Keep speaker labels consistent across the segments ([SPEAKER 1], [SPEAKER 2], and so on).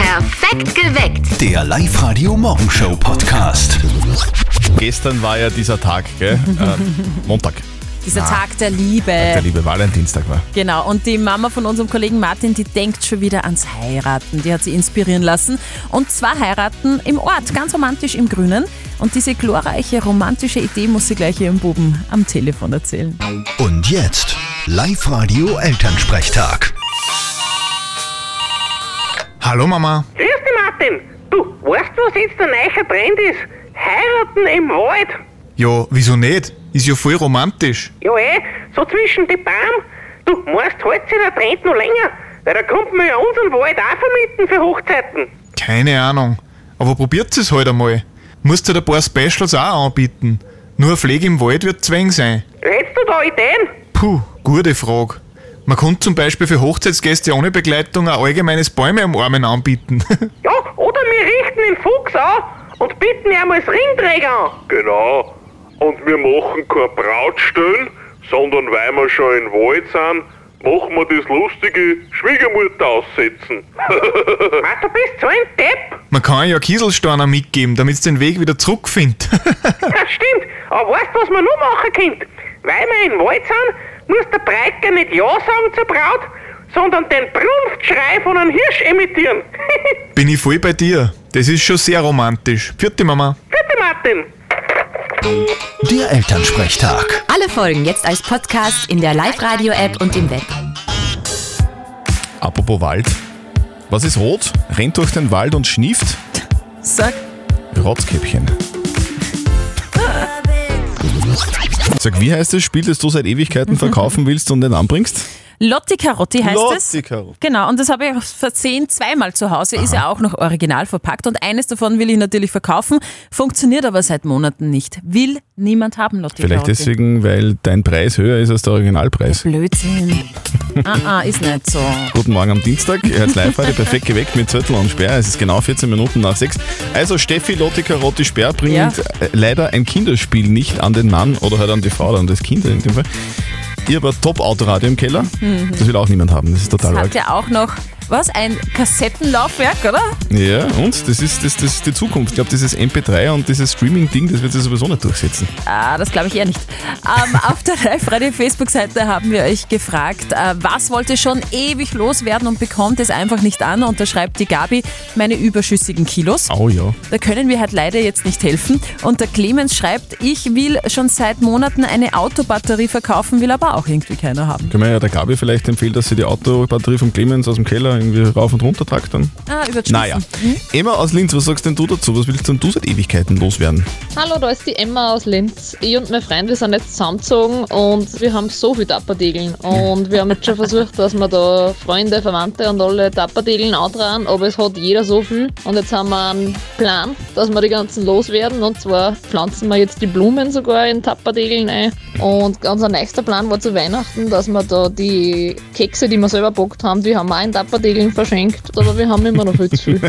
[SPEAKER 1] Perfekt geweckt.
[SPEAKER 2] Der Live-Radio Morgenshow Podcast.
[SPEAKER 3] Gestern war ja dieser Tag, gell? Äh, Montag,
[SPEAKER 4] Dieser Tag der Liebe.
[SPEAKER 3] der liebe Valentinstag war.
[SPEAKER 4] Genau. Und die Mama von unserem Kollegen Martin, die denkt schon wieder ans Heiraten. Die hat sie inspirieren lassen. Und zwar heiraten im Ort, ganz romantisch im Grünen. Und diese glorreiche romantische Idee muss sie gleich ihrem Buben am Telefon erzählen.
[SPEAKER 2] Und jetzt Live-Radio Elternsprechtag.
[SPEAKER 3] Hallo Mama.
[SPEAKER 5] Grüß dich, Martin. Du, weißt du, was jetzt der neue Trend ist? Heiraten im Wald.
[SPEAKER 6] Ja, wieso nicht? Ist ja voll romantisch.
[SPEAKER 5] Ja, eh, so zwischen die Bäume. Du, meinst, hält sich der Trend noch länger? Weil da kommt man ja unseren Wald auch vermieten für Hochzeiten.
[SPEAKER 6] Keine Ahnung. Aber probiert es halt einmal. Musst halt ein paar Specials auch anbieten. Nur Pflege im Wald wird zwäng sein.
[SPEAKER 5] Hättest du da Ideen?
[SPEAKER 6] Puh, gute Frage. Man kann zum Beispiel für Hochzeitsgäste ohne Begleitung ein allgemeines Bäume umarmen anbieten.
[SPEAKER 5] Ja, oder wir richten den Fuchs an und bieten ihm als Ringträger an.
[SPEAKER 7] Genau. Und wir machen keine Brautstellen, sondern weil wir schon im Wald sind, machen wir das lustige Schwiegermutter aussetzen.
[SPEAKER 5] Mann, du bist so ein Depp.
[SPEAKER 6] Man kann ja Kieselsteiner mitgeben, damit es den Weg wieder zurückfindet.
[SPEAKER 5] Das stimmt. Aber weißt du, was wir noch machen können? Weil wir im Wald sind, muss der Breitger nicht Ja sagen zur Braut, sondern den Brunftschrei von einem Hirsch emittieren.
[SPEAKER 6] Bin ich voll bei dir. Das ist schon sehr romantisch. Vierte Mama.
[SPEAKER 5] Bitte, Martin.
[SPEAKER 2] Der Elternsprechtag.
[SPEAKER 8] Alle Folgen jetzt als Podcast in der Live-Radio-App und im Web.
[SPEAKER 3] Apropos Wald. Was ist rot? Rennt durch den Wald und schnieft?
[SPEAKER 4] Sag,
[SPEAKER 3] Rotzkäppchen. Sag, wie heißt das Spiel, das du seit Ewigkeiten verkaufen willst und nicht anbringst?
[SPEAKER 4] Lotti Carotti heißt es.
[SPEAKER 3] Lotti Carotti.
[SPEAKER 4] Genau. Und das habe ich aus versehen zweimal zu Hause. Ist ja auch noch original verpackt. Und eines davon will ich natürlich verkaufen. Funktioniert aber seit Monaten nicht. Will niemand haben, Lotti
[SPEAKER 3] Vielleicht
[SPEAKER 4] Carotti.
[SPEAKER 3] deswegen, weil dein Preis höher ist als der Originalpreis.
[SPEAKER 4] Blödsinn. ah, ah, ist nicht so.
[SPEAKER 3] Guten Morgen am Dienstag. Ihr hört live heute perfekt geweckt mit Zettel und Sperr. Es ist genau 14 Minuten nach 6. Also Steffi Lotti Karotti Sperr bringt
[SPEAKER 4] Ja.
[SPEAKER 3] äh, leider ein Kinderspiel nicht an den Mann oder halt an die Frau, an das Kind in dem Fall. Ihr habt ein Top-Auto-Radio im Keller. Das will auch niemand haben. Das ist total
[SPEAKER 4] Hat
[SPEAKER 3] arg.
[SPEAKER 4] ja auch noch, was, ein Kassettenlaufwerk, oder?
[SPEAKER 3] Ja, und das ist, das, das ist die Zukunft. Ich glaube, dieses MP3 und dieses Streaming-Ding, das wird sich sowieso nicht durchsetzen.
[SPEAKER 4] Ah, das glaube ich eher nicht. Ähm, auf der Live-Radio-Facebook-Seite haben wir euch gefragt, äh, was wollte schon ewig loswerden und bekommt es einfach nicht an? Und da schreibt die Gabi, meine überschüssigen Kilos.
[SPEAKER 3] Oh ja.
[SPEAKER 4] Da können wir halt leider jetzt nicht helfen. Und der Clemens schreibt, ich will schon seit Monaten eine Autobatterie verkaufen, will aber auch irgendwie keiner haben.
[SPEAKER 3] Können wir ja der Gabi vielleicht empfehlen, dass sie die Autobatterie vom Clemens aus dem Keller irgendwie rauf und runter tragt dann?
[SPEAKER 4] Ah, übertrieben.
[SPEAKER 3] Naja. Emma aus Linz, was sagst denn du dazu? Was willst denn du seit Ewigkeiten loswerden?
[SPEAKER 9] Hallo, da ist die Emma aus Linz. Ich und mein Freund, wir sind jetzt zusammengezogen und wir haben so viel Tapperdegeln. Und wir haben jetzt schon versucht, dass wir da Freunde, Verwandte und alle Tapperdegeln antragen, aber es hat jeder so viel. Und jetzt haben wir einen Plan, dass wir die ganzen loswerden. Und zwar pflanzen wir jetzt die Blumen sogar in Tapperdegeln ein. Und unser nächster Plan war zu Weihnachten, dass wir da die Kekse, die wir selber bockt haben, die haben wir auch in Tapperdegeln verschenkt. Aber wir haben immer noch viel zu viel.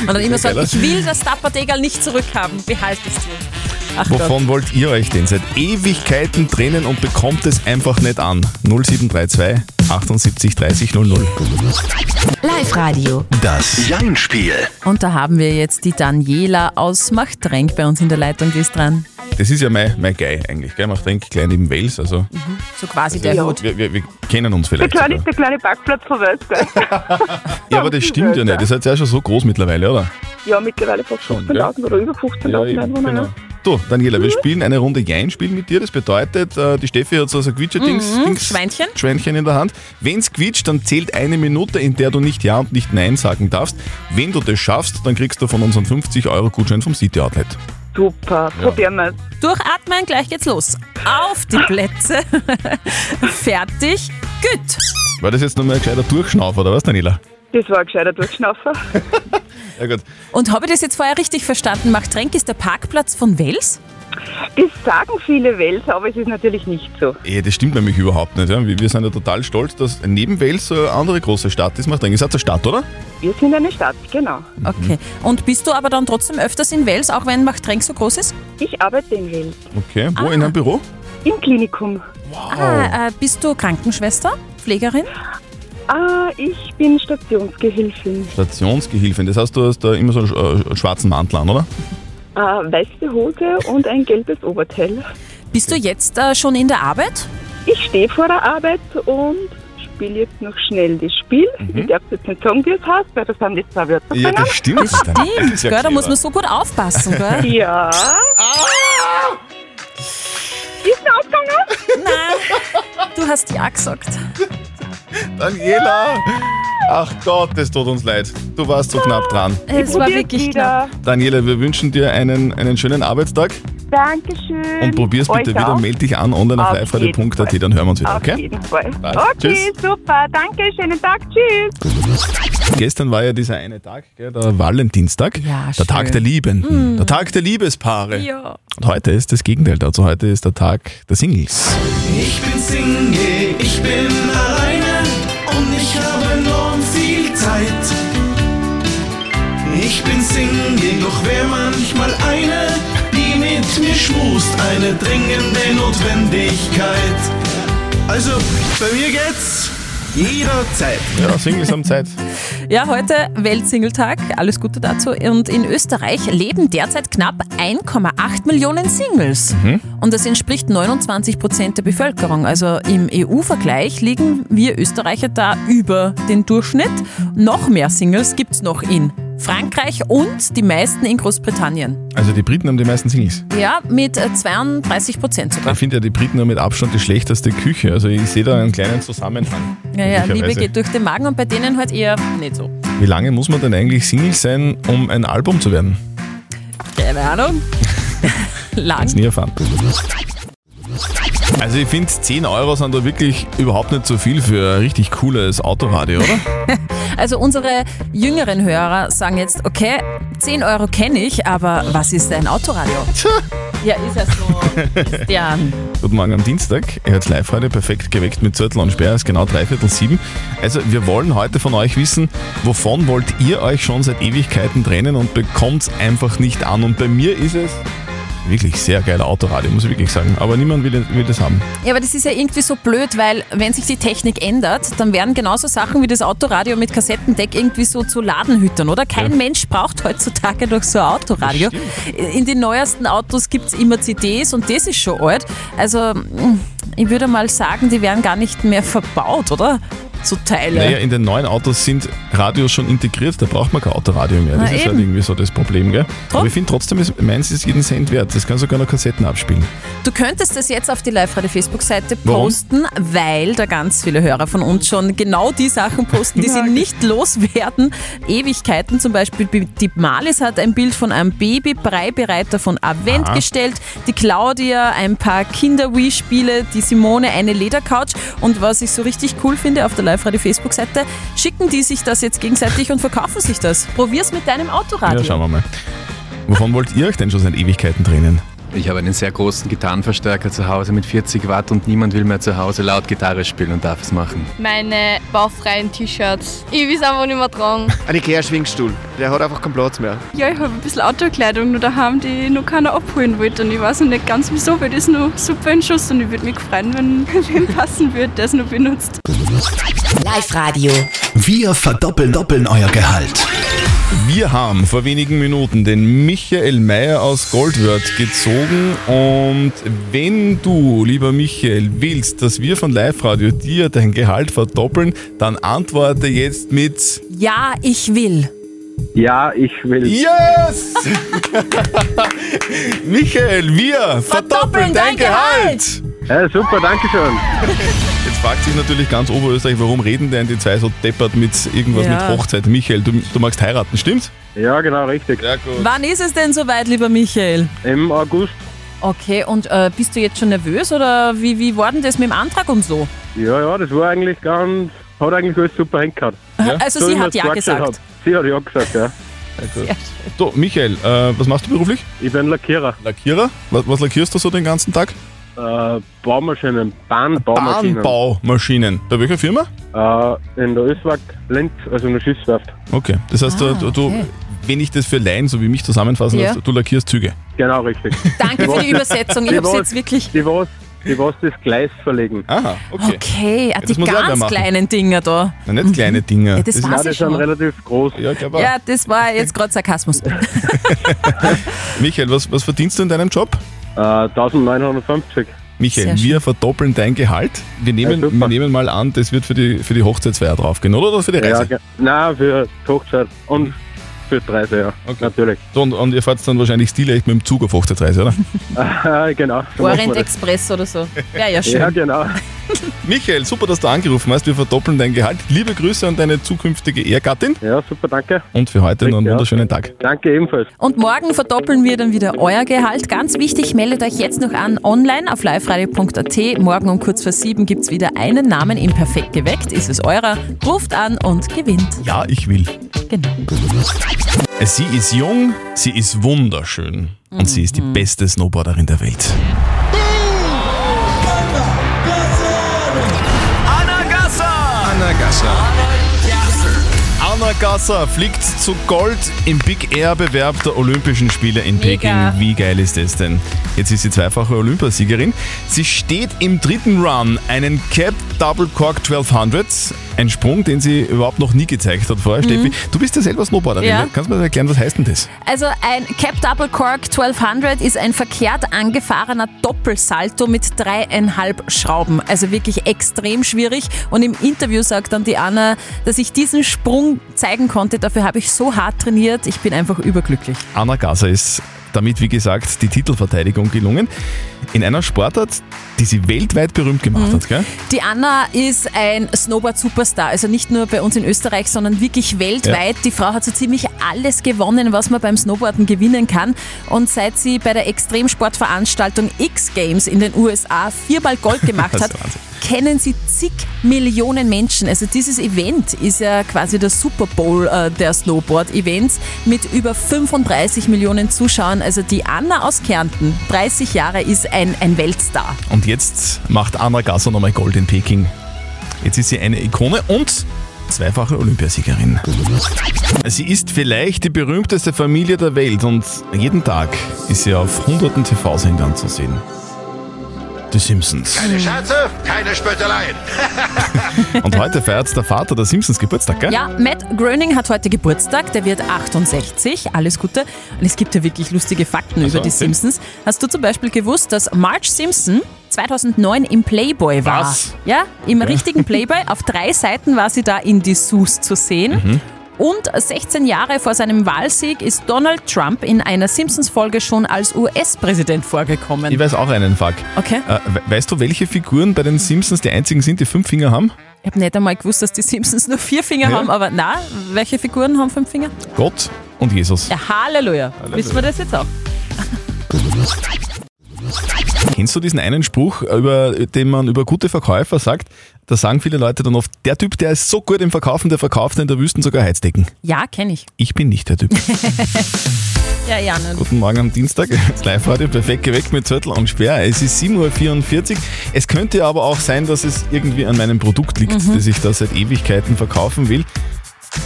[SPEAKER 4] Und dann immer
[SPEAKER 3] Sehr
[SPEAKER 4] sagen,
[SPEAKER 3] geil,
[SPEAKER 4] ich will das Tapperdegal nicht zurückhaben, behalte es dir. Ach Gott.
[SPEAKER 3] Wovon wollt ihr euch denn seit Ewigkeiten trennen und bekommt es einfach nicht an? 0732 78 30 00.
[SPEAKER 8] Live-Radio.
[SPEAKER 2] Das Jein-Spiel.
[SPEAKER 4] Und da haben wir jetzt die Daniela aus Machtrenk bei uns in der Leitung, die ist dran.
[SPEAKER 3] Das ist ja mein, mein Guy eigentlich, gell? Macht denke klein neben Wales, also
[SPEAKER 4] So quasi der Hut.
[SPEAKER 3] wir, wir, wir kennen uns vielleicht. sogar.
[SPEAKER 5] der kleine Parkplatz von Wölfgang.
[SPEAKER 3] Ja, aber das stimmt ja nicht. Ihr seid ja schon so groß mittlerweile, oder?
[SPEAKER 5] Ja, mittlerweile fast
[SPEAKER 3] Schon, 15.000
[SPEAKER 5] oder über 15.000
[SPEAKER 3] eben, genau. Du, Daniela,
[SPEAKER 5] Mhm.
[SPEAKER 3] wir spielen eine Runde Jein-Spiel mit dir. Das bedeutet, äh, die Steffi hat so ein Quietscher-Dings.
[SPEAKER 5] Mhm,
[SPEAKER 3] Dings-
[SPEAKER 4] Schweinchen.
[SPEAKER 3] Schweinchen in der Hand. Wenn es quietscht, dann zählt eine Minute, in der du nicht Ja und nicht Nein sagen darfst. Wenn du das schaffst, dann kriegst du von uns einen 50-Euro-Gutschein vom City Outlet.
[SPEAKER 5] Super, probieren wir es.
[SPEAKER 4] Durchatmen, gleich geht's los. Auf die Plätze. Fertig. Gut.
[SPEAKER 3] War das jetzt nochmal ein gescheiter Durchschnaufer, oder was, Daniela?
[SPEAKER 5] Das war ein gescheiter Durchschnaufer.
[SPEAKER 3] Ja gut.
[SPEAKER 4] Und habe ich das jetzt vorher richtig verstanden? Machtrenk ist der Parkplatz von Wels?
[SPEAKER 5] Das sagen viele Welser, aber es ist natürlich nicht so.
[SPEAKER 3] Ey, das stimmt nämlich überhaupt nicht. Ja. Wir wir sind ja total stolz, dass neben Wels so eine andere große Stadt ist. Macht eigentlich, ist eine Stadt, oder?
[SPEAKER 5] Wir sind eine Stadt, genau.
[SPEAKER 4] Okay. Und bist du aber dann trotzdem öfters in Wels, auch wenn Machtrenk so groß ist?
[SPEAKER 5] Ich arbeite in Wels,
[SPEAKER 3] Okay.
[SPEAKER 5] Ah.
[SPEAKER 3] Wo? In einem Büro?
[SPEAKER 5] im Klinikum.
[SPEAKER 4] Ah, äh, bist du Krankenschwester? Pflegerin?
[SPEAKER 1] Ah, ich bin Stationsgehilfin.
[SPEAKER 3] Stationsgehilfin. Das heißt, du hast da immer so einen sch- äh, einen schwarzen Mantel an, oder?
[SPEAKER 1] Ah, weiße Hose und ein gelbes Oberteil.
[SPEAKER 4] Bist du jetzt äh, schon in der Arbeit?
[SPEAKER 1] Ich stehe vor der Arbeit und spiele jetzt noch schnell das Spiel.
[SPEAKER 3] Mhm.
[SPEAKER 1] Ich darf jetzt nicht sagen, wie es heißt, weil das haben die zwei Wörter drinnen.
[SPEAKER 3] stimmt.
[SPEAKER 4] Das stimmt, gell, da muss man so gut aufpassen, gell?
[SPEAKER 1] Ja. Ist mir aufgegangen?
[SPEAKER 4] Nein, du hast ja gesagt.
[SPEAKER 3] Daniela! Ach Gott, es tut uns leid. Du warst so knapp dran.
[SPEAKER 4] Es war
[SPEAKER 1] Probier's
[SPEAKER 4] wirklich
[SPEAKER 1] wieder.
[SPEAKER 4] knapp.
[SPEAKER 3] Daniela, wir wünschen dir einen, einen schönen Arbeitstag
[SPEAKER 1] Dankeschön.
[SPEAKER 3] und probier's
[SPEAKER 1] Euch
[SPEAKER 3] bitte wieder.
[SPEAKER 1] auch.
[SPEAKER 3] Meld dich an online auf
[SPEAKER 1] Auf jeden Fall.
[SPEAKER 3] livefreude.at, dann hören wir uns wieder,
[SPEAKER 1] Auf
[SPEAKER 3] okay?
[SPEAKER 1] jeden Fall.
[SPEAKER 3] Passt.
[SPEAKER 1] Okay, super. Danke, schönen Tag. Tschüss.
[SPEAKER 3] Gestern war ja dieser eine Tag, gell, der Valentinstag,
[SPEAKER 4] Ja,
[SPEAKER 3] der
[SPEAKER 4] schön. Hm.
[SPEAKER 3] Tag der Lieben, der Tag der Liebespaare.
[SPEAKER 4] Ja.
[SPEAKER 3] Und heute ist das Gegenteil dazu, heute ist der Tag der Singles.
[SPEAKER 10] Ich bin Single, ich bin alleine und ich habe enorm viel Zeit. Ich bin Single, doch wär manchmal eine, die mit mir schmust, eine dringende Notwendigkeit. Also, bei mir geht's jederzeit.
[SPEAKER 3] Ja, Singles haben Zeit.
[SPEAKER 4] Ja, heute Weltsingletag. Alles Gute dazu. Und in Österreich leben derzeit knapp 1,8 Millionen Singles. Und das entspricht 29 Prozent der Bevölkerung. Also im EU-Vergleich liegen wir Österreicher da über den Durchschnitt. Noch mehr Singles gibt's noch in Frankreich und die meisten in Großbritannien.
[SPEAKER 3] Also die Briten haben die meisten Singles.
[SPEAKER 4] Ja, mit äh, 32 Prozent sogar.
[SPEAKER 3] Ich finde ja die Briten haben mit Abstand die schlechteste Küche. Also ich sehe da einen kleinen Zusammenhang.
[SPEAKER 4] Ja, ja, Liebe
[SPEAKER 3] möglicherweise.
[SPEAKER 4] geht durch den Magen und bei denen halt eher nicht so.
[SPEAKER 3] Wie lange muss man denn eigentlich Single sein, um ein Album zu werden?
[SPEAKER 4] Keine Ahnung. Lang.
[SPEAKER 3] Hat's nie erfahren. Also ich finde 10 Euro sind da wirklich überhaupt nicht so viel für ein richtig cooles Autoradio, oder?
[SPEAKER 4] Also unsere jüngeren Hörer sagen jetzt, okay, 10 Euro kenne ich, aber was ist ein Autoradio? Ja, ist ja so. Christian.
[SPEAKER 3] Guten Morgen am Dienstag. Ihr hört live heute perfekt geweckt mit Zürtel und Sperr. Es ist genau dreiviertel sieben. Also wir wollen heute von euch wissen, wovon wollt ihr euch schon seit Ewigkeiten trennen und bekommt es einfach nicht an. Und bei mir ist es wirklich sehr geiler Autoradio, muss ich wirklich sagen. Aber niemand will, will das haben.
[SPEAKER 4] Ja, aber das ist ja irgendwie so blöd, weil wenn sich die Technik ändert, dann werden genauso Sachen wie das Autoradio mit Kassettendeck irgendwie so zu Ladenhütern, oder? Kein Mensch braucht heutzutage noch so ein Autoradio.
[SPEAKER 3] Das
[SPEAKER 4] In den neuesten Autos gibt es immer CDs und das ist schon alt. Also mm, ich würde mal sagen, die werden gar nicht mehr verbaut, oder? So Teile.
[SPEAKER 3] Naja, in den neuen Autos sind Radios schon integriert, da braucht man kein Autoradio mehr.
[SPEAKER 4] Na
[SPEAKER 3] Das ist halt
[SPEAKER 4] eben.
[SPEAKER 3] irgendwie so das Problem, gell?
[SPEAKER 4] Drum.
[SPEAKER 3] Aber ich finde trotzdem, ist- meins ist jeden Cent wert. Das kann sogar noch Kassetten abspielen.
[SPEAKER 4] Du könntest das jetzt auf die Live-Radio-Facebook-Seite
[SPEAKER 3] Warum?
[SPEAKER 4] posten, weil da ganz viele Hörer von uns schon genau die Sachen posten, die sie nicht
[SPEAKER 3] genau.
[SPEAKER 4] loswerden. Ewigkeiten zum Beispiel. Die Malis hat ein Bild von einem Baby-Breibereiter von Avent gestellt. Die Claudia ein paar Kinder-Wii-Spiele. Die Simone eine Ledercouch. Und was ich so richtig cool finde auf der Live-Radio-Facebook-Seite, schicken die sich das jetzt gegenseitig und verkaufen sich das. Probier's mit deinem Autoradio.
[SPEAKER 3] Ja, schauen wir mal. Wovon wollt ihr euch denn schon seit Ewigkeiten trennen?
[SPEAKER 10] Ich habe einen sehr großen Gitarrenverstärker zu Hause mit 40 Watt und niemand will mehr zu Hause laut Gitarre spielen und darf es machen.
[SPEAKER 1] Meine baufreien T-Shirts. Ich will es einfach nicht mehr tragen.
[SPEAKER 10] Ein Ikea-Schwingstuhl, der hat einfach keinen Platz mehr.
[SPEAKER 1] Ja, ich habe ein bisschen Outdoor-Kleidung nur daheim, die noch keiner abholen wollte. Und ich weiß noch nicht ganz wieso, weil das noch super in Schuss und ich würde mich freuen, wenn wem passen würde, der es noch benutzt.
[SPEAKER 8] Live-Radio.
[SPEAKER 2] Wir verdoppeln doppeln euer Gehalt.
[SPEAKER 3] Wir haben vor wenigen Minuten den Michael Mayer aus Goldwörth gezogen und wenn du, lieber Michael, willst, dass wir von Live Radio dir dein Gehalt verdoppeln, dann antworte jetzt mit
[SPEAKER 4] Ja, ich will.
[SPEAKER 5] Ja, ich will.
[SPEAKER 3] Yes! Michael, wir verdoppeln dein
[SPEAKER 4] dein
[SPEAKER 3] Gehalt!
[SPEAKER 5] super, danke schön.
[SPEAKER 3] Jetzt fragt sich natürlich ganz Oberösterreich, warum reden denn die zwei so deppert mit irgendwas
[SPEAKER 4] Ja.
[SPEAKER 3] mit Hochzeit? Michael, du, du magst heiraten, stimmt's?
[SPEAKER 5] Ja, genau, richtig.
[SPEAKER 3] Ja, gut.
[SPEAKER 4] Wann ist es denn soweit, lieber Michael?
[SPEAKER 5] Im August,
[SPEAKER 4] Okay, und äh, bist du jetzt schon nervös oder wie, wie war denn das mit dem Antrag und so?
[SPEAKER 5] ja, ja, das war eigentlich ganz, hat eigentlich alles super hingehört.
[SPEAKER 4] also
[SPEAKER 5] So wie
[SPEAKER 4] sie
[SPEAKER 5] man
[SPEAKER 4] hat
[SPEAKER 5] es
[SPEAKER 4] ja
[SPEAKER 5] vorgestellt
[SPEAKER 4] gesagt.
[SPEAKER 5] hat. Sie hat ja gesagt, ja.
[SPEAKER 3] So, Michael, äh, was machst du beruflich?
[SPEAKER 5] Ich bin Lackierer.
[SPEAKER 3] Lackierer? Was, was lackierst du so den ganzen Tag?
[SPEAKER 5] Äh, Baumaschinen, Bahnbaumaschinen.
[SPEAKER 3] Bahnbaumaschinen. Bei welcher Firma?
[SPEAKER 5] Äh, in der Öswag, Linz, also in der Schiffswerft.
[SPEAKER 3] Okay, das heißt,
[SPEAKER 4] Ah,
[SPEAKER 3] du, du,
[SPEAKER 4] okay.
[SPEAKER 3] wenn ich das für Laien, so wie mich zusammenfassen
[SPEAKER 4] Ja.
[SPEAKER 3] lässt, du lackierst Züge.
[SPEAKER 5] Genau, richtig.
[SPEAKER 4] Danke für die Übersetzung. Ich
[SPEAKER 5] Die
[SPEAKER 4] habe es
[SPEAKER 5] war's.
[SPEAKER 4] jetzt wirklich.
[SPEAKER 5] Die was
[SPEAKER 11] Ich was das Gleis verlegen.
[SPEAKER 3] Aha,
[SPEAKER 4] Okay, ah,
[SPEAKER 3] Ja,
[SPEAKER 4] die
[SPEAKER 3] das muss auch wer
[SPEAKER 4] ganz
[SPEAKER 3] machen.
[SPEAKER 4] kleinen Dinger da.
[SPEAKER 3] Na, nicht kleine Dinger.
[SPEAKER 4] Ja, das Das- weiß Nein, die ich sind schon.
[SPEAKER 3] relativ groß. Ja, glaub auch.
[SPEAKER 4] Ja, das war jetzt gerade Sarkasmus.
[SPEAKER 3] Michael, was, was verdienst du in deinem Job?
[SPEAKER 5] Äh,
[SPEAKER 3] 1950.
[SPEAKER 4] Sehr
[SPEAKER 3] Michael,
[SPEAKER 4] schön.
[SPEAKER 3] wir verdoppeln dein Gehalt. Wir nehmen, wir nehmen mal an, das wird für die, für die Hochzeitsfeier draufgehen, oder? Oder für die
[SPEAKER 4] Also.
[SPEAKER 3] Reise?
[SPEAKER 11] Ja, ge- nein, für die Hochzeit und für die Reise, ja. Natürlich.
[SPEAKER 3] So, und, und ihr fahrt dann wahrscheinlich stilecht mit dem Zug auf Hochzeitsreise, oder?
[SPEAKER 5] Äh,
[SPEAKER 11] Ah, genau. so machen
[SPEAKER 4] Orient
[SPEAKER 11] wir das.
[SPEAKER 4] Express oder so. Ja, ja, schön.
[SPEAKER 11] Ja, genau.
[SPEAKER 3] Michael, super, dass du angerufen hast. Wir verdoppeln dein Gehalt. Liebe Grüße an deine zukünftige Ehegattin. Ja, super, danke. Und für heute noch einen wunderschönen Tag. Danke ebenfalls.
[SPEAKER 4] Und morgen verdoppeln wir dann wieder euer Gehalt. Ganz wichtig, meldet euch jetzt noch an online auf liveradio.at. Morgen um kurz vor sieben gibt es wieder einen Namen im Perfekt geweckt. Ist es eurer? Ruft an und gewinnt.
[SPEAKER 3] Ja, ich will.
[SPEAKER 4] Genau.
[SPEAKER 3] Sie ist jung, sie ist wunderschön und sie ist die beste Snowboarderin der Welt.
[SPEAKER 10] Anagasa!
[SPEAKER 3] Anna Gasser fliegt zu Gold im Big Air Bewerb der Olympischen Spiele in
[SPEAKER 10] Mega.
[SPEAKER 3] Peking. Wie geil ist das denn? Jetzt ist sie zweifache Olympiasiegerin. Sie steht im dritten Run einen Cap Double Cork 1200. Ein Sprung, den sie überhaupt noch nie gezeigt hat vorher. Steffi, du bist ja selber Snowboarderin.
[SPEAKER 4] Ja.
[SPEAKER 3] ne? Kannst du mir das erklären, was heißt denn das?
[SPEAKER 4] Also ein Cap Double Cork 1200 ist ein verkehrt angefahrener Doppelsalto mit dreieinhalb Schrauben. Also wirklich extrem schwierig. Und im Interview sagt dann die Anna, dass ich diesen Sprung zeigen konnte. Dafür habe ich so hart trainiert. Ich bin einfach überglücklich.
[SPEAKER 3] Anna Gasser ist damit, wie gesagt, die Titelverteidigung gelungen. In einer Sportart, die sie weltweit berühmt gemacht hat. Gell?
[SPEAKER 4] Die Anna ist ein Snowboard-Superstar, also nicht nur bei uns in Österreich, sondern wirklich weltweit.
[SPEAKER 3] Ja.
[SPEAKER 4] Die Frau hat so ziemlich alles gewonnen, was man beim Snowboarden gewinnen kann. Und seit sie bei der Extremsportveranstaltung X-Games in den USA viermal Gold gemacht
[SPEAKER 3] Das
[SPEAKER 4] hat,
[SPEAKER 3] ist Wahnsinn.
[SPEAKER 4] kennen sie zig Millionen Menschen. Also dieses Event ist ja quasi der Super Bowl äh, der Snowboard-Events mit über 35 Millionen Zuschauern. Also die Anna aus Kärnten, 30 Jahre, ist ein, ein Weltstar.
[SPEAKER 3] Und jetzt macht Anna Gasser nochmal Gold in Peking. Jetzt ist sie eine Ikone und zweifache Olympiasiegerin. Sie ist vielleicht die berühmteste Familie der Welt und jeden Tag ist sie auf hunderten TV-Sendern zu sehen. Die Simpsons.
[SPEAKER 12] Keine Scherze, keine Spötteleien.
[SPEAKER 3] Und heute feiert der Vater der Simpsons Geburtstag, gell?
[SPEAKER 4] Ja, Matt Groening hat heute Geburtstag, der wird 68, alles Gute. Und es gibt ja wirklich lustige Fakten
[SPEAKER 3] Also,
[SPEAKER 4] über die
[SPEAKER 3] stimmt.
[SPEAKER 4] Simpsons. Hast du zum Beispiel gewusst, dass Marge Simpson 2009 im Playboy war?
[SPEAKER 3] Was?
[SPEAKER 4] Ja, im
[SPEAKER 3] Ja.
[SPEAKER 4] richtigen Playboy. Auf drei Seiten war sie da in Dessous zu sehen.
[SPEAKER 3] Mhm.
[SPEAKER 4] Und 16 Jahre vor seinem Wahlsieg ist Donald Trump in einer Simpsons-Folge schon als US-Präsident vorgekommen.
[SPEAKER 3] Ich weiß auch einen Fuck.
[SPEAKER 4] Okay.
[SPEAKER 3] Äh, we- weißt du, welche Figuren bei den Simpsons die einzigen sind, die fünf Finger haben?
[SPEAKER 4] Ich habe nicht einmal gewusst, dass die Simpsons nur vier Finger
[SPEAKER 3] Ja.
[SPEAKER 4] haben, aber na, welche Figuren haben fünf Finger?
[SPEAKER 3] Gott und Jesus.
[SPEAKER 4] Ja, Halleluja.
[SPEAKER 3] Halleluja.
[SPEAKER 4] Wissen wir das jetzt auch?
[SPEAKER 3] Kennst du diesen einen Spruch, äh, über, den man über gute Verkäufer sagt? Da sagen viele Leute dann oft, der Typ, der ist so gut im Verkaufen, der verkauft in der Wüsten sogar Heizdecken.
[SPEAKER 4] Ja, kenne ich.
[SPEAKER 3] Ich bin nicht der Typ.
[SPEAKER 4] Ja, ja, ne.
[SPEAKER 3] Guten Morgen am Dienstag. Das Live-Radio perfekt geweckt mit Zettel und Sperr. Es ist 7.44 Uhr. Es könnte aber auch sein, dass es irgendwie an meinem Produkt liegt,
[SPEAKER 10] Mhm.
[SPEAKER 3] das ich da seit Ewigkeiten verkaufen will.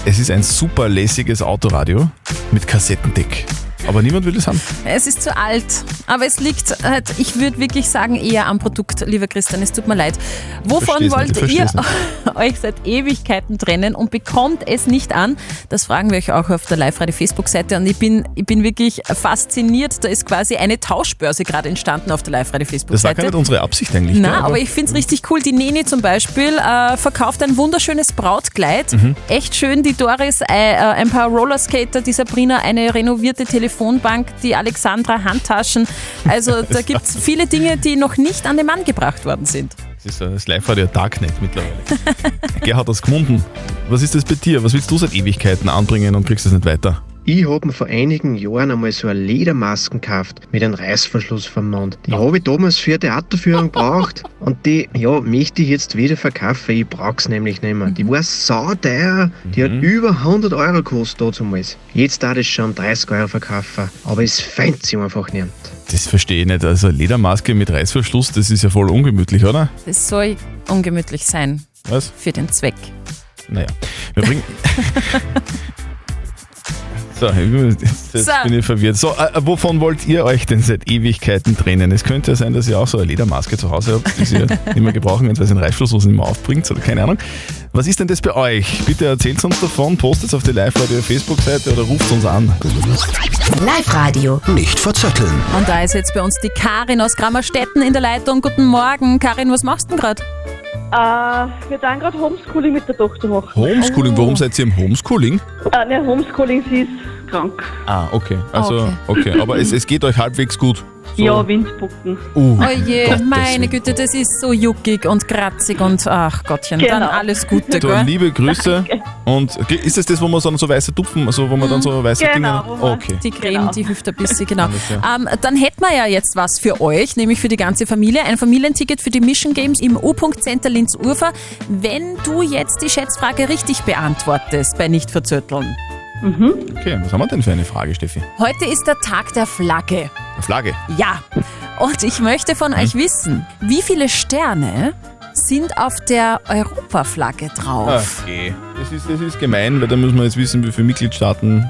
[SPEAKER 3] Es ist ein super lässiges Autoradio mit Kassettendeck. Aber niemand will es haben.
[SPEAKER 4] Es ist zu alt, aber es liegt halt, ich würde wirklich sagen, eher am Produkt, lieber Christian, es tut mir leid. Wovon
[SPEAKER 3] versteh's nicht,
[SPEAKER 4] wollt
[SPEAKER 3] ich
[SPEAKER 4] ihr
[SPEAKER 3] versteh's
[SPEAKER 4] euch seit Ewigkeiten trennen und bekommt es nicht an? Das fragen wir euch auch auf der Live-Radio-Facebook-Seite und ich bin, ich bin wirklich fasziniert, da ist quasi eine Tauschbörse gerade entstanden auf der
[SPEAKER 3] Das war
[SPEAKER 4] Live-Radio-Facebook-Seite.
[SPEAKER 3] gar nicht unsere Absicht eigentlich.
[SPEAKER 4] Na,
[SPEAKER 3] gell?
[SPEAKER 4] aber ich finde es richtig cool. Die Neni zum Beispiel äh, verkauft ein wunderschönes Brautkleid.
[SPEAKER 3] Mhm.
[SPEAKER 4] Echt schön. Die Doris äh, äh, ein paar Rollerskater, die Sabrina eine renovierte Telefonbank, die Alexandra Handtaschen. Also da gibt es viele Dinge, die noch nicht an den Mann gebracht worden sind.
[SPEAKER 3] Das ist äh, das Live-Radio Darknet mittlerweile. Gerhard aus Gmunden, was ist das bei dir? Was willst du seit Ewigkeiten anbringen und kriegst es nicht weiter?
[SPEAKER 13] Ich hab mir vor einigen Jahren einmal so eine Ledermasken gekauft mit einem Reißverschluss vom Mund. Die habe ich damals für eine Theaterführung gebraucht und die ja, möchte ich jetzt wieder verkaufen. Ich brauch's nämlich nicht mehr. Die war sauteuer. Die
[SPEAKER 5] Mhm.
[SPEAKER 13] hat über 100 Euro gekostet damals. Jetzt darf ich schon um 30 Euro verkaufen, aber es fängt sich einfach nicht.
[SPEAKER 3] Das verstehe ich nicht. Also Ledermaske mit Reißverschluss, das ist ja voll ungemütlich, oder?
[SPEAKER 4] Das soll ungemütlich sein.
[SPEAKER 3] Was?
[SPEAKER 4] Für den Zweck.
[SPEAKER 3] Naja, wir bringen. So, jetzt, jetzt
[SPEAKER 4] So.
[SPEAKER 3] bin ich verwirrt. So, äh, wovon wollt ihr euch denn seit Ewigkeiten trennen? Es könnte ja sein, dass ihr auch so eine Ledermaske zu Hause habt, die ihr nicht mehr gebrauchen könnt, weil ihr den Reißverschluss nicht mehr aufbringt oder keine Ahnung. Was ist denn das bei euch? Bitte erzählt uns davon, postet es auf die Live-Radio-Facebook-Seite oder ruft uns an.
[SPEAKER 8] Live-Radio.
[SPEAKER 2] Nicht verzetteln.
[SPEAKER 4] Und da ist jetzt bei uns die Karin aus Grammerstetten in der Leitung. Guten Morgen. Karin, was machst du denn gerade?
[SPEAKER 14] Äh, wir tun gerade Homeschooling mit der Tochter machen.
[SPEAKER 3] Homeschooling, warum seid ihr im Homeschooling?
[SPEAKER 14] Äh, ne, Homeschooling, sie ist krank.
[SPEAKER 3] Ah, okay. Also, okay.
[SPEAKER 14] Okay.
[SPEAKER 3] Aber es, es geht euch halbwegs gut. So.
[SPEAKER 14] Ja, Windpocken.
[SPEAKER 3] Uh,
[SPEAKER 4] Oh je,
[SPEAKER 3] Gottes
[SPEAKER 4] meine Güte, das ist so juckig und kratzig und ach Gottchen, dann
[SPEAKER 14] Genau.
[SPEAKER 4] alles Gute,
[SPEAKER 3] Du,
[SPEAKER 4] gell?
[SPEAKER 3] liebe Grüße. Und ge- ist es das, wo man so, so weiße Tupfen, also wo man dann
[SPEAKER 4] Mhm.
[SPEAKER 3] so weiße
[SPEAKER 4] Genau,
[SPEAKER 3] Dinge. Okay.
[SPEAKER 4] Die Creme, die Hüfte ein bisschen, genau.
[SPEAKER 3] Alles klar.
[SPEAKER 4] ähm, dann hätten wir ja jetzt was für euch, nämlich für die ganze Familie. Ein Familienticket für die Mission Games im U-Punkt Center Linz-Urfer. Wenn du jetzt die Schätzfrage richtig beantwortest bei Nicht verzötteln.
[SPEAKER 3] Okay, was haben wir denn für eine Frage, Steffi?
[SPEAKER 4] Heute ist der Tag der Flagge.
[SPEAKER 3] Eine Flagge.
[SPEAKER 4] Ja. Und ich möchte
[SPEAKER 3] Mhm.
[SPEAKER 4] von euch wissen, wie viele Sterne sind auf der Europaflagge drauf?
[SPEAKER 3] Okay. Ah, Das ist, das ist gemein, weil da muss man jetzt wissen, wie viele Mitgliedstaaten.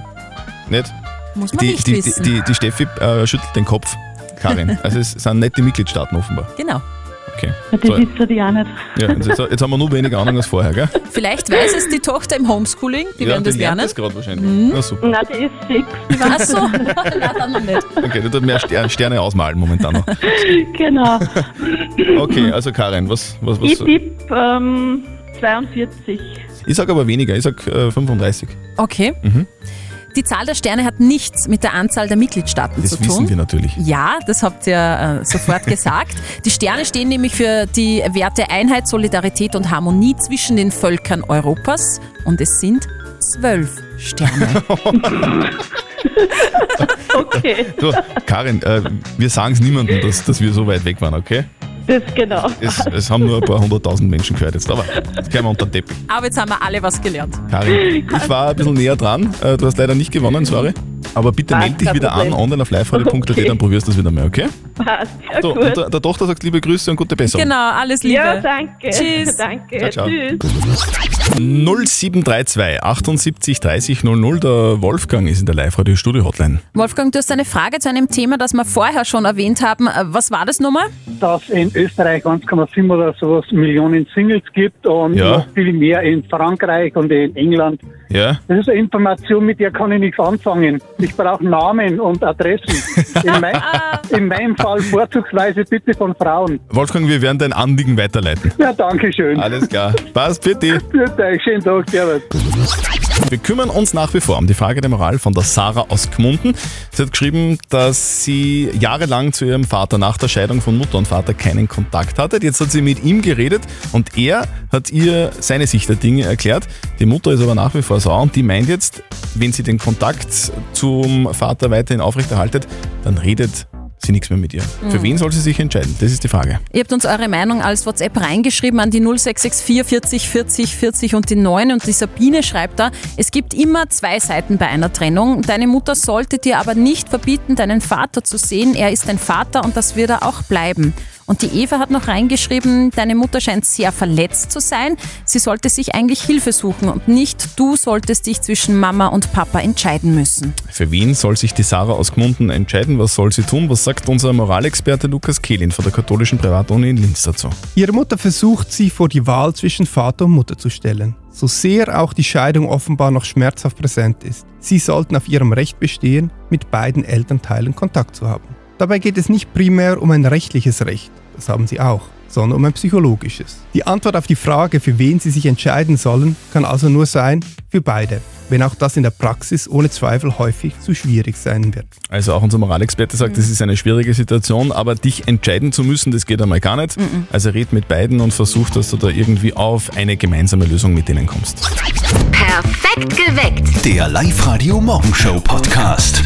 [SPEAKER 3] Nicht?
[SPEAKER 4] Muss man
[SPEAKER 3] Ah. die,
[SPEAKER 4] nicht
[SPEAKER 3] die,
[SPEAKER 4] wissen.
[SPEAKER 3] Die, die, die Steffi äh, schüttelt den Kopf, Karin. Also es sind nicht die Mitgliedstaaten offenbar.
[SPEAKER 4] Genau.
[SPEAKER 3] Okay.
[SPEAKER 14] Das
[SPEAKER 3] So,
[SPEAKER 14] ist sie ja nicht.
[SPEAKER 3] ja, jetzt, jetzt haben wir nur weniger Ahnung als vorher, gell?
[SPEAKER 4] Vielleicht weiß es die Tochter im Homeschooling, die
[SPEAKER 3] ja,
[SPEAKER 4] werden das
[SPEAKER 3] die lernt
[SPEAKER 4] lernen. Mhm.
[SPEAKER 3] das gerade wahrscheinlich. Na super.
[SPEAKER 14] Nein, die ist sechs.
[SPEAKER 4] Ach so, na dann noch nicht.
[SPEAKER 3] Okay, du tut mehr Ster- Sterne ausmalen momentan noch.
[SPEAKER 14] Genau.
[SPEAKER 3] Okay, also Karin, was, was, was?
[SPEAKER 14] Ich tippe ähm, 42.
[SPEAKER 3] Ich sag aber weniger, ich sag äh, 35.
[SPEAKER 4] Okay.
[SPEAKER 3] Mhm.
[SPEAKER 4] Die Zahl der Sterne hat nichts mit der Anzahl der Mitgliedstaaten
[SPEAKER 3] Das
[SPEAKER 4] zu tun.
[SPEAKER 3] wissen wir natürlich.
[SPEAKER 4] Ja, das habt ihr äh, sofort gesagt. Die Sterne stehen nämlich für die Werte Einheit, Solidarität und Harmonie zwischen den Völkern Europas. Und es sind zwölf Sterne.
[SPEAKER 14] Okay,
[SPEAKER 3] Du, Karin, äh, wir sagen es niemandem, dass, dass wir so weit weg waren, okay?
[SPEAKER 14] das genau.
[SPEAKER 3] Es, es haben nur ein paar hunderttausend Menschen gehört jetzt, aber das können wir unter den Teppich.
[SPEAKER 4] Aber jetzt haben wir alle was gelernt.
[SPEAKER 3] Karin, ich war ein bisschen näher dran. Äh, du hast leider nicht gewonnen, sorry. Aber bitte
[SPEAKER 14] Ah,
[SPEAKER 3] melde dich
[SPEAKER 14] kein
[SPEAKER 3] wieder an,
[SPEAKER 14] Problem.
[SPEAKER 3] online auf liveradio.at,
[SPEAKER 14] Okay.
[SPEAKER 3] dann probierst du es wieder mal, okay?
[SPEAKER 14] Passt. Ja,
[SPEAKER 3] So,
[SPEAKER 14] gut.
[SPEAKER 3] und der, der Tochter sagt liebe Grüße und gute Besserung.
[SPEAKER 4] Genau, alles Liebe.
[SPEAKER 14] Ja, danke.
[SPEAKER 4] Tschüss.
[SPEAKER 14] Danke.
[SPEAKER 3] Ciao, ciao.
[SPEAKER 14] Tschüss.
[SPEAKER 3] 0732 78 30 00, der Wolfgang ist in der Live-Radio-Studio-Hotline.
[SPEAKER 4] Wolfgang, du hast eine Frage zu einem Thema, das wir vorher schon erwähnt haben. Äh, Was war das nochmal?
[SPEAKER 11] Dass in Österreich 1,7 oder sowas Millionen Singles gibt und
[SPEAKER 3] Ja.
[SPEAKER 11] noch viel mehr in Frankreich und in England.
[SPEAKER 3] Ja?
[SPEAKER 11] Das ist eine Information, mit der kann ich nichts anfangen. Ich brauche Namen und Adressen. In, mein, in meinem Fall vorzugsweise bitte von Frauen.
[SPEAKER 3] Wolfgang, wir werden dein Anliegen weiterleiten.
[SPEAKER 11] Ja, danke schön.
[SPEAKER 3] Alles klar. Passt, bitte.
[SPEAKER 11] Für euch. Schönen Tag, Servus.
[SPEAKER 3] Wir kümmern uns nach wie vor um die Frage der Moral von der Sarah aus Gmunden. Sie hat geschrieben, dass sie jahrelang zu ihrem Vater nach der Scheidung von Mutter und Vater keinen Kontakt hatte. Jetzt hat sie mit ihm geredet und er hat ihr seine Sicht der Dinge erklärt. Die Mutter ist aber nach wie vor sauer und die meint jetzt, wenn sie den Kontakt zum Vater weiterhin aufrechterhaltet, dann redet sie nichts mehr mit ihr. Für
[SPEAKER 4] Mhm.
[SPEAKER 3] wen soll sie sich entscheiden? Das ist die Frage.
[SPEAKER 4] Ihr habt uns eure Meinung als WhatsApp reingeschrieben an die 0664 40 40 40 und die 9 und die Sabine schreibt da, es gibt immer zwei Seiten bei einer Trennung. Deine Mutter sollte dir aber nicht verbieten, deinen Vater zu sehen. Er ist dein Vater und das wird er auch bleiben. Und die Eva hat noch reingeschrieben, deine Mutter scheint sehr verletzt zu sein. Sie sollte sich eigentlich Hilfe suchen und nicht du solltest dich zwischen Mama und Papa entscheiden müssen.
[SPEAKER 3] Für wen soll sich die Sarah aus Gmunden entscheiden? Was soll sie tun? Was sagt unser Moralexperte Lukas Kehlin von der katholischen Privatuni in Linz dazu?
[SPEAKER 15] Ihre Mutter versucht, sie vor die Wahl zwischen Vater und Mutter zu stellen. So sehr auch die Scheidung offenbar noch schmerzhaft präsent ist, sie sollten auf ihrem Recht bestehen, mit beiden Elternteilen Kontakt zu haben. Dabei geht es nicht primär um ein rechtliches Recht, das haben sie auch, sondern um ein psychologisches. Die Antwort auf die Frage, für wen sie sich entscheiden sollen, kann also nur sein, für beide, wenn auch das in der Praxis ohne Zweifel häufig zu schwierig sein wird.
[SPEAKER 3] Also auch unser Moralexperte sagt, das ist eine schwierige Situation, aber dich entscheiden zu müssen, das geht einmal gar nicht.
[SPEAKER 4] Mhm.
[SPEAKER 3] Also red mit beiden und versuch, dass du da irgendwie auf eine gemeinsame Lösung mit denen kommst.
[SPEAKER 8] Perfekt geweckt.
[SPEAKER 2] Der Live-Radio Morgenshow Podcast.